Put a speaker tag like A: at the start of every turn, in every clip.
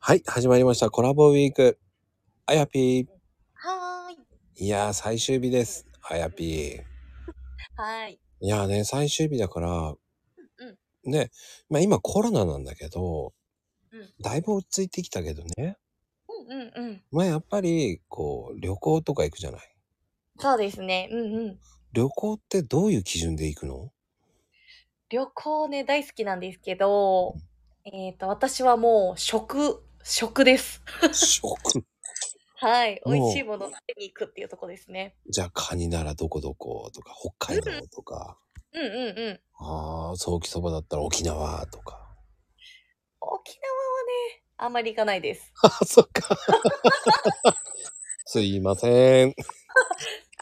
A: はい、始まりました。コラボウィーク。あやぴー。
B: はーい。
A: いやー、最終日です。あやぴー。
B: はい。
A: いやーね、最終日だから、
B: うん。
A: ね、まあ今コロナなんだけど、
B: うん。
A: だいぶ落ち着いてきたけどね。
B: うんうんうん。
A: まあやっぱり、こう、旅行とか行くじゃない。
B: そうですね。うんうん。
A: 旅行ってどういう基準で行く の
B: 旅行ね、大好きなんですけど、えっ、と、私はもう食、食です。
A: 食
B: はい。美味しい
A: も
B: ものを食べに行くっていうとこですね。
A: う、じゃあカニならどこどことか、北
B: う
A: 海
B: ん。
A: 道とか、
B: うんうんうん。
A: あー、ソーキそばだったら沖縄とか。
B: 沖縄はね、 あんまり行かないです。
A: あ、そっか。 すいません。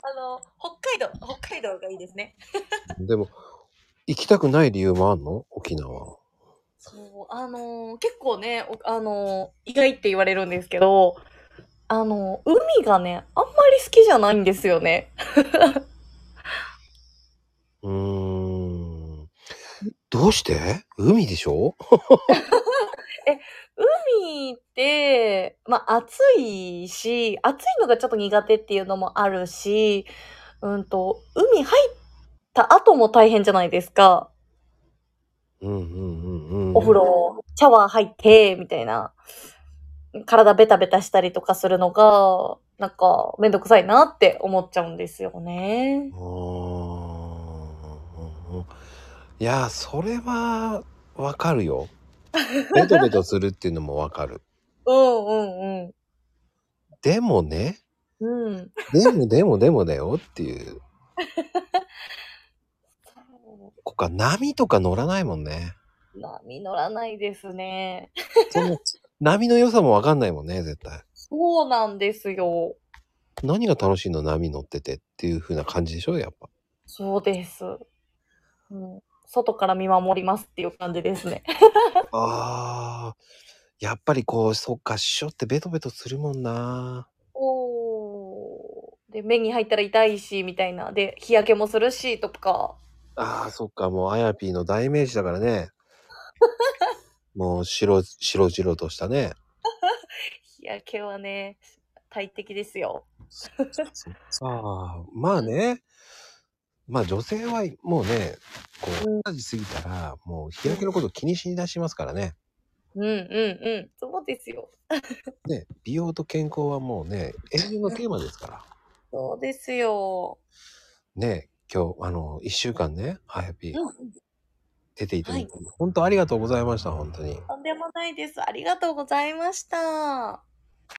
B: あの、北海道、北海道がいいですね。
A: でも、行きたくない理由もあんの沖縄。
B: そう、あのー結構ね、おあのー意外って言われるんですけど、あのー海がね、あんまり好きじゃないんですよね。
A: うーん。どうして海でしょ
B: え、海って、まあ、暑いし、暑いのがちょっと苦手っていうのもあるし、うんと、海入った後も大変じゃないですか。
A: うんうんうんうん
B: お
A: う
B: 風
A: ん。
B: 呂、シャワー入って、みたいな。体ベタベタしたりとかするのが、なんか、めんどくさいなって思っちゃうんですよね。
A: あーいや、それはわかる よ。ベトベトするっていうのもわかる。
B: うんうんうん。
A: でもね、
B: うん。
A: でもでもでもだよっていう。こっか、波とか乗らないもんね。
B: 波乗らないですね。
A: その波の良さもわかんないもんね、絶対。
B: そうなんですよ。
A: 何が楽しいの波乗っててっていう風な感じでしょやっぱ。
B: そうです。うん、外から見守りますっていう感じですね。
A: ああ、やっぱりこう、そっか、しょってベトベトするもんな。
B: おーで、目に入ったら痛いし、みたいな。で、日焼けもするし、とか。
A: ああ、そっか、もう、あやぴーの代名詞だから ね。もう、白、白々としたね。
B: 日焼けはね、大敵ですよ。
A: そっか。まあね、まあ女性はもうね、こ
B: うん、
A: う、二十歳過ぎたら、もう日
B: う
A: 焼け
B: ん、
A: のこと気にしだしますからね。
B: うん、うんうん。そうですよ。
A: ね、美容と健康はもう ね、永遠の
B: うん、
A: テーマですから。
B: そうですよ。
A: ね、今日、あの、一週間ね、あやぴー
B: うん、うん。
A: 出ていた
B: は
A: だい
B: い。
A: て、本当ありがとうございました、本当に。
B: とんでもないです。ありがとうございました。